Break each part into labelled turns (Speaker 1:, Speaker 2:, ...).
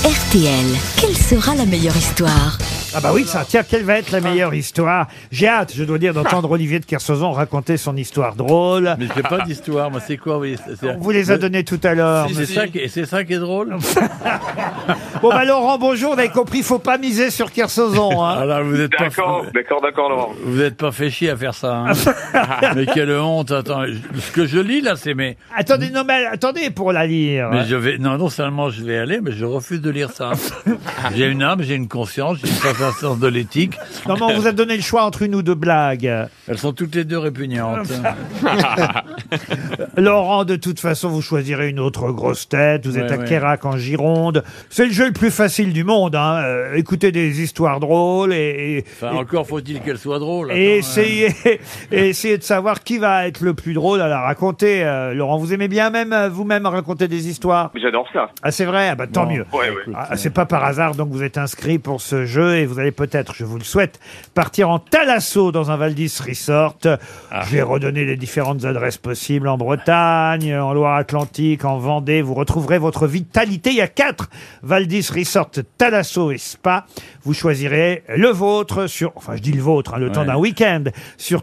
Speaker 1: RTL, quelle sera la meilleure histoire
Speaker 2: Ah bah oui, ça, tiens, quelle va être la meilleure histoire J'ai hâte, je dois dire,
Speaker 3: Ah.
Speaker 2: d'entendre Olivier de Kersauzon raconter son histoire drôle.
Speaker 3: Mais j'ai pas d'histoire, moi c'est quoi oui, c'est- c'est-
Speaker 2: On vous les a données tout à l'heure.
Speaker 3: C'est ça, qui- c'est ça qui est drôle
Speaker 2: Bon bah Laurent, bonjour, on avait compris, faut pas miser sur Kersauzon. hein.
Speaker 3: Ah là, vous n'êtes pas,
Speaker 4: D'accord, d'accord, d'accord, Laurent.
Speaker 3: vous êtes pas fait chier à faire ça. hein. mais quelle honte, attends. je- Ce que je lis là, c'est mes...
Speaker 2: Attendez, non mais attendez pour la lire.
Speaker 3: Mais je vais, non, non seulement je vais aller, mais je refuse de lire ça. j'ai une âme, j'ai une conscience, j'ai une certain sens de l'éthique.
Speaker 2: Non mais on vous a donné le choix entre une ou deux blagues.
Speaker 3: Elles sont toutes les deux répugnantes.
Speaker 2: Laurent, de toute façon, vous choisirez une autre grosse tête. Vous êtes
Speaker 3: Ouais,
Speaker 2: à
Speaker 3: ouais.
Speaker 2: Kérac en Gironde. C'est le jeu le plus facile du monde. Hein. Euh, écoutez des histoires drôles et, et-
Speaker 3: Enfin, encore faut-il qu'elles soient drôles.
Speaker 2: et
Speaker 3: attends, hein.
Speaker 2: essayez, et essayez de savoir qui va être le plus drôle à la raconter. Euh, Laurent, vous aimez bien même euh, vous-même raconter des histoires
Speaker 4: Mais J'adore ça.
Speaker 2: Ah, c'est vrai Ah bah, Tant
Speaker 3: Bon.
Speaker 2: mieux.
Speaker 4: Ouais, ouais.
Speaker 2: Ah, c'est pas par hasard, donc vous êtes inscrit pour ce jeu et vous allez peut-être, je vous le souhaite, partir en Talasso dans un Valdis Resort. Je vais redonner les différentes adresses possibles en Bretagne, en Loire-Atlantique, en Vendée. Vous retrouverez votre vitalité. Il y a quatre Valdis Resort, Talasso et Spa. Vous choisirez le vôtre sur, enfin je dis le vôtre, hein, le temps d'un week-end, sur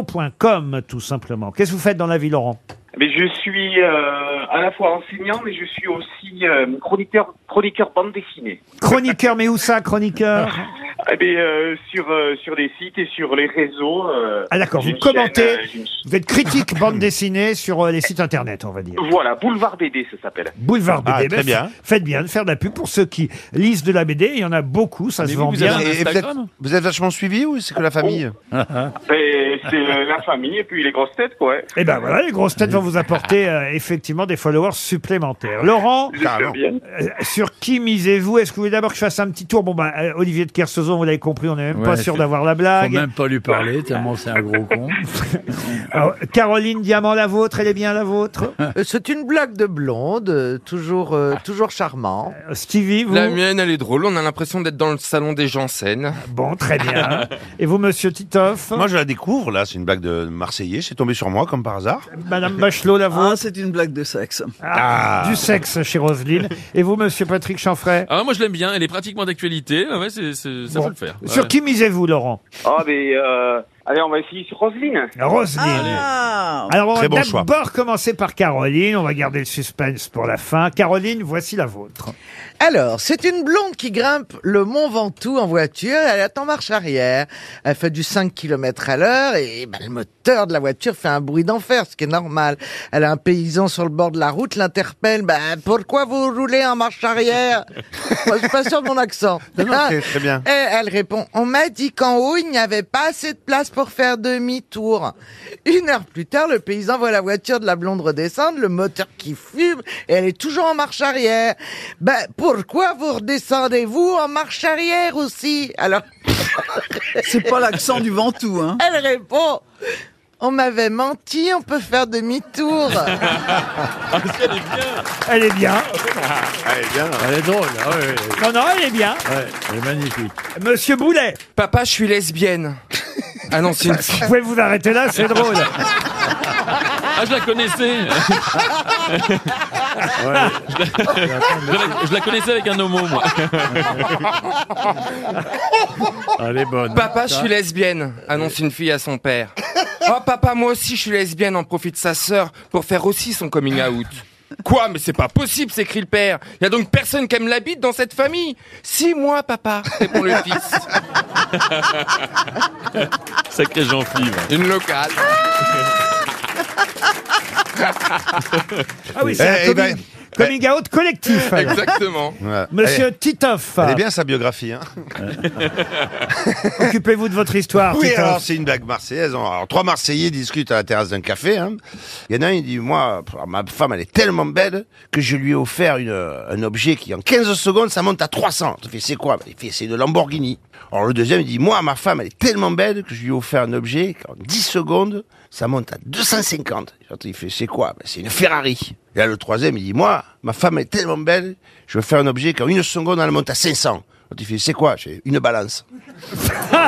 Speaker 2: talasso.com tout simplement. Qu'est-ce que vous faites dans la vie, Laurent
Speaker 4: Mais je suis euh, à la fois enseignant, mais je suis aussi euh, chroniqueur, chroniqueur bande dessinée.
Speaker 2: Chroniqueur, mais où ça, chroniqueur
Speaker 4: Eh bien, euh, sur euh, sur des sites et sur les réseaux. euh,
Speaker 2: Ah, d'accord, vous
Speaker 4: j'ai une
Speaker 2: commentez.
Speaker 4: chaîne, euh, j'ai une-
Speaker 2: Vous êtes critique bande dessinée sur euh, les sites internet, on va dire.
Speaker 4: Voilà, Boulevard BD, ça s'appelle.
Speaker 2: Boulevard BD.
Speaker 5: Ah, très
Speaker 2: Ben,
Speaker 5: bien.
Speaker 2: f- Faites bien de faire de la pub pour ceux qui lisent de la BD. Il y en a beaucoup, ça se vend
Speaker 5: vous,
Speaker 2: bien.
Speaker 5: avez- et- et vous êtes,
Speaker 3: Instagram
Speaker 5: vous êtes vachement suivi ou c'est que la famille
Speaker 4: Et C'est euh, la famille et puis les grosses têtes, quoi. hein.
Speaker 2: Et ben voilà, les grosses têtes vont vous apporter euh, effectivement des followers supplémentaires. Laurent,
Speaker 5: Carrément.
Speaker 4: Bien.
Speaker 2: euh, sur qui misez-vous Est-ce que vous voulez d'abord que je fasse un petit tour Bon, bah, euh, Olivier de Kersauzon, vous l'avez compris, on n'est même pas
Speaker 3: Ouais,
Speaker 2: sûr
Speaker 3: c'est-
Speaker 2: d'avoir la
Speaker 3: Faut
Speaker 2: blague.
Speaker 3: même pas lui parler, tellement c'est un gros con.
Speaker 2: Alors, Caroline Diamant, la vôtre, elle est bien la vôtre.
Speaker 6: Euh, C'est une blague de blonde, euh, toujours, euh, toujours charmant.
Speaker 2: Euh, Stevie, vous
Speaker 7: Oh, La mienne, elle est drôle. On a l'impression d'être dans le salon des Janssen.
Speaker 2: Bon, très bien. Et vous, monsieur Titoff
Speaker 5: Moi, je la découvre, là. C'est une blague de Marseillais. C'est tombé sur moi, comme par hasard.
Speaker 2: Madame Bachelot, la
Speaker 6: Ah,
Speaker 2: vôtre
Speaker 8: Ah, c'est une blague de sexe.
Speaker 2: Ah,
Speaker 5: Ah.
Speaker 2: Du sexe chez Roselyne. Et vous, monsieur Patrick Chanfray
Speaker 9: Ah, moi je l'aime bien, elle est pratiquement d'actualité. Ah Ouais, c'est, c'est- ça
Speaker 2: Bon.
Speaker 9: peut le faire.
Speaker 2: Sur
Speaker 9: Ouais.
Speaker 2: qui misez-vous, Laurent
Speaker 4: Ah, mais euh, allez, on va essayer sur Roselyne.
Speaker 2: Roselyne.
Speaker 8: Ah
Speaker 2: Alors, on va
Speaker 5: Très bon choix.
Speaker 2: d'abord commencer par Caroline. On va garder le suspense pour la fin. Caroline, voici la vôtre.
Speaker 6: Alors, c'est une blonde qui grimpe le mont Ventoux en voiture, elle est en marche arrière. Elle fait du 5 km à l'heure et bah, le moteur de la voiture fait un bruit d'enfer, ce qui est normal. Elle a un paysan sur le bord de la route, l'interpelle, bah, pourquoi vous roulez en marche arrière Moi, Je suis pas sûr de mon accent. Ah.
Speaker 5: Non, non, c'est très bien.
Speaker 6: Et elle répond, on m'a dit qu'en haut, il n'y avait pas assez de place pour faire demi-tour. Une heure plus tard, le paysan voit la voiture de la blonde redescendre, le moteur qui fume, et elle est toujours en marche arrière. Ben, pourquoi vous redescendez-vous en marche arrière aussi? Alors,
Speaker 8: C'est pas l'accent du Ventoux, hein
Speaker 6: elle répond, on m'avait menti, on peut faire demi-tour.
Speaker 2: Elle est bien.
Speaker 5: Allez, bien.
Speaker 3: Elle est drôle, ah ouais, ouais,
Speaker 2: Non, non, elle est bien.
Speaker 3: ouais, elle est magnifique.
Speaker 2: Monsieur Boulet,
Speaker 7: Papa, je suis lesbienne. Ah non, c'est une...
Speaker 2: vous pouvez vous arrêter là, c'est drôle.
Speaker 9: Ah, je la connaissais je, la, je la connaissais avec un homo, moi.
Speaker 3: Elle est bonne.
Speaker 7: Papa, je suis lesbienne. Ah non, c'est une fille à son père. Oh papa, moi aussi, je suis lesbienne. En profite sa sœur pour faire aussi son coming out. Quoi Mais c'est pas possible, s'écrie le père. Il y a donc personne qui aime la bite dans cette famille. Si, moi, papa, répond le fils.
Speaker 9: Sacré Jean-Philippe.
Speaker 7: Une locale.
Speaker 2: Ah oui, c'est
Speaker 5: Eh,
Speaker 2: un
Speaker 5: eh ben,
Speaker 2: coming, coming out collectif. alors.
Speaker 7: Exactement.
Speaker 5: Ouais.
Speaker 2: Monsieur Titoff,
Speaker 5: Elle, elle est bien, sa biographie. Hein.
Speaker 2: occupez-vous de votre histoire.
Speaker 5: Oui,
Speaker 2: Titoff.
Speaker 5: alors c'est une blague marseillaise. Alors, trois Marseillais discutent à la terrasse d'un café. hein. Il y en a un, il dit, moi, pff, ma femme, elle est tellement belle que je lui ai offert une, euh, un objet qui, en 15 secondes, ça monte à 300. Il fait, c'est quoi Il fait, c'est une Lamborghini. Alors le deuxième, il dit, moi, ma femme, elle est tellement belle que je lui ai offert un objet qu'en 10 secondes, ça monte à 250. L'autre, Il fait, c'est quoi Ben, C'est une Ferrari. Et là, le troisième, il dit, moi, ma femme, elle est tellement belle, je vais faire un objet qu'en une seconde, elle monte à 500. L'autre, Il fait, c'est quoi Je fais, Une balance.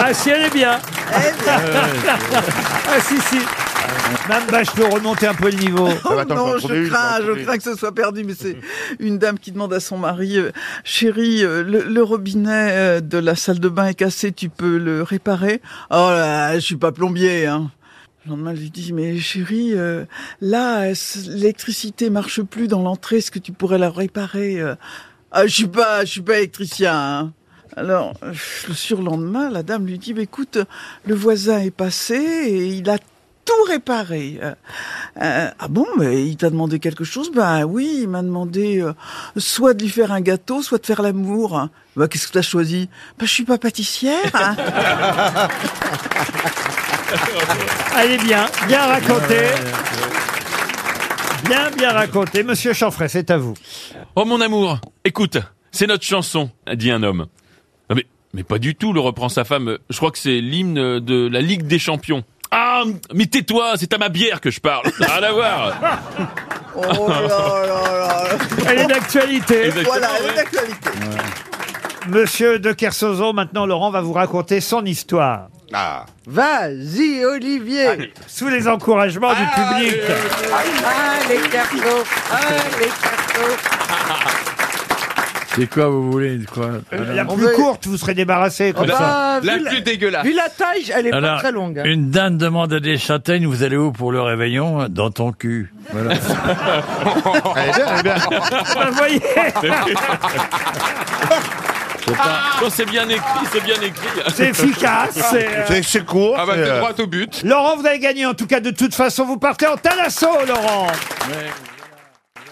Speaker 2: Ah si, elle est bien. ah si, si. Mme Bachelot, remontez un peu le niveau.
Speaker 8: Oh
Speaker 5: attends, j'en
Speaker 8: non,
Speaker 5: ai trouvé
Speaker 8: je
Speaker 5: une, j'en
Speaker 8: crains,
Speaker 5: ai
Speaker 8: je
Speaker 5: trouvé
Speaker 8: crains que ce soit perdu, mais c'est une dame qui demande à son mari, euh, chérie, euh, le, le robinet euh, de la salle de bain est cassé, tu peux le réparer Oh là, je suis pas plombier, hein. Le lendemain, je lui dis, mais chérie, euh, là, euh, c- l'électricité marche plus dans l'entrée, est-ce que tu pourrais la réparer euh Ah, je suis pas, je suis pas électricien, hein. Alors, euh, le surlendemain, la dame lui dit, Bah, écoute, le voisin est passé et il a tout réparé. Euh, euh, ah bon, mais il t'a demandé quelque chose Ben oui, il m'a demandé euh, soit de lui faire un gâteau, soit de faire l'amour. Ben qu'est-ce que t'as choisi Ben je suis pas pâtissière. hein.
Speaker 2: Allez bien, bien raconté. Bien, bien raconté. Monsieur Chanfray, c'est à vous.
Speaker 9: Oh mon amour, écoute, c'est notre chanson, a dit un homme. Ah, mais, mais pas du tout, le reprend sa femme. Je crois que c'est l'hymne de la Ligue des Champions. Ah, mais tais-toi, c'est à ma bière que je parle. Rien à voir.
Speaker 8: oh là là là là.
Speaker 2: Elle est d'actualité.
Speaker 9: Exactement,
Speaker 8: Voilà,
Speaker 9: ouais.
Speaker 8: elle est d'actualité.
Speaker 2: Monsieur de Kersozon, maintenant, Laurent va vous raconter son histoire.
Speaker 5: Ah.
Speaker 6: Vas-y, Olivier.
Speaker 2: Sous les encouragements du public.
Speaker 6: Ah, les cartos. Ah, les cartos.
Speaker 3: C'est quoi, vous voulez quoi
Speaker 2: La
Speaker 6: On
Speaker 2: plus
Speaker 6: veut-
Speaker 2: courte, vous serez débarrassé.
Speaker 9: Ah,
Speaker 2: comme
Speaker 6: Oh
Speaker 2: ça.
Speaker 6: bah,
Speaker 7: La
Speaker 6: vu, la,
Speaker 7: plus dégueulasse.
Speaker 6: vu la taille, elle est pas
Speaker 3: Alors,
Speaker 6: très longue. hein.
Speaker 3: Une dame demande à des châtaignes, vous allez où pour le réveillon Dans ton cul. Voilà.
Speaker 5: Elle est bien, elle est bien.
Speaker 9: Ah,
Speaker 2: Bah, voyez,
Speaker 9: Quand Ah. c'est bien écrit, c'est bien écrit.
Speaker 2: c'est efficace. c'est, euh,
Speaker 5: C'est- C'est court.
Speaker 7: Ah bah,
Speaker 5: c'est,
Speaker 7: t'es
Speaker 5: euh,
Speaker 7: droit au but.
Speaker 2: Laurent, vous avez gagné. En tout cas, de toute façon, vous partez en talasso, Laurent.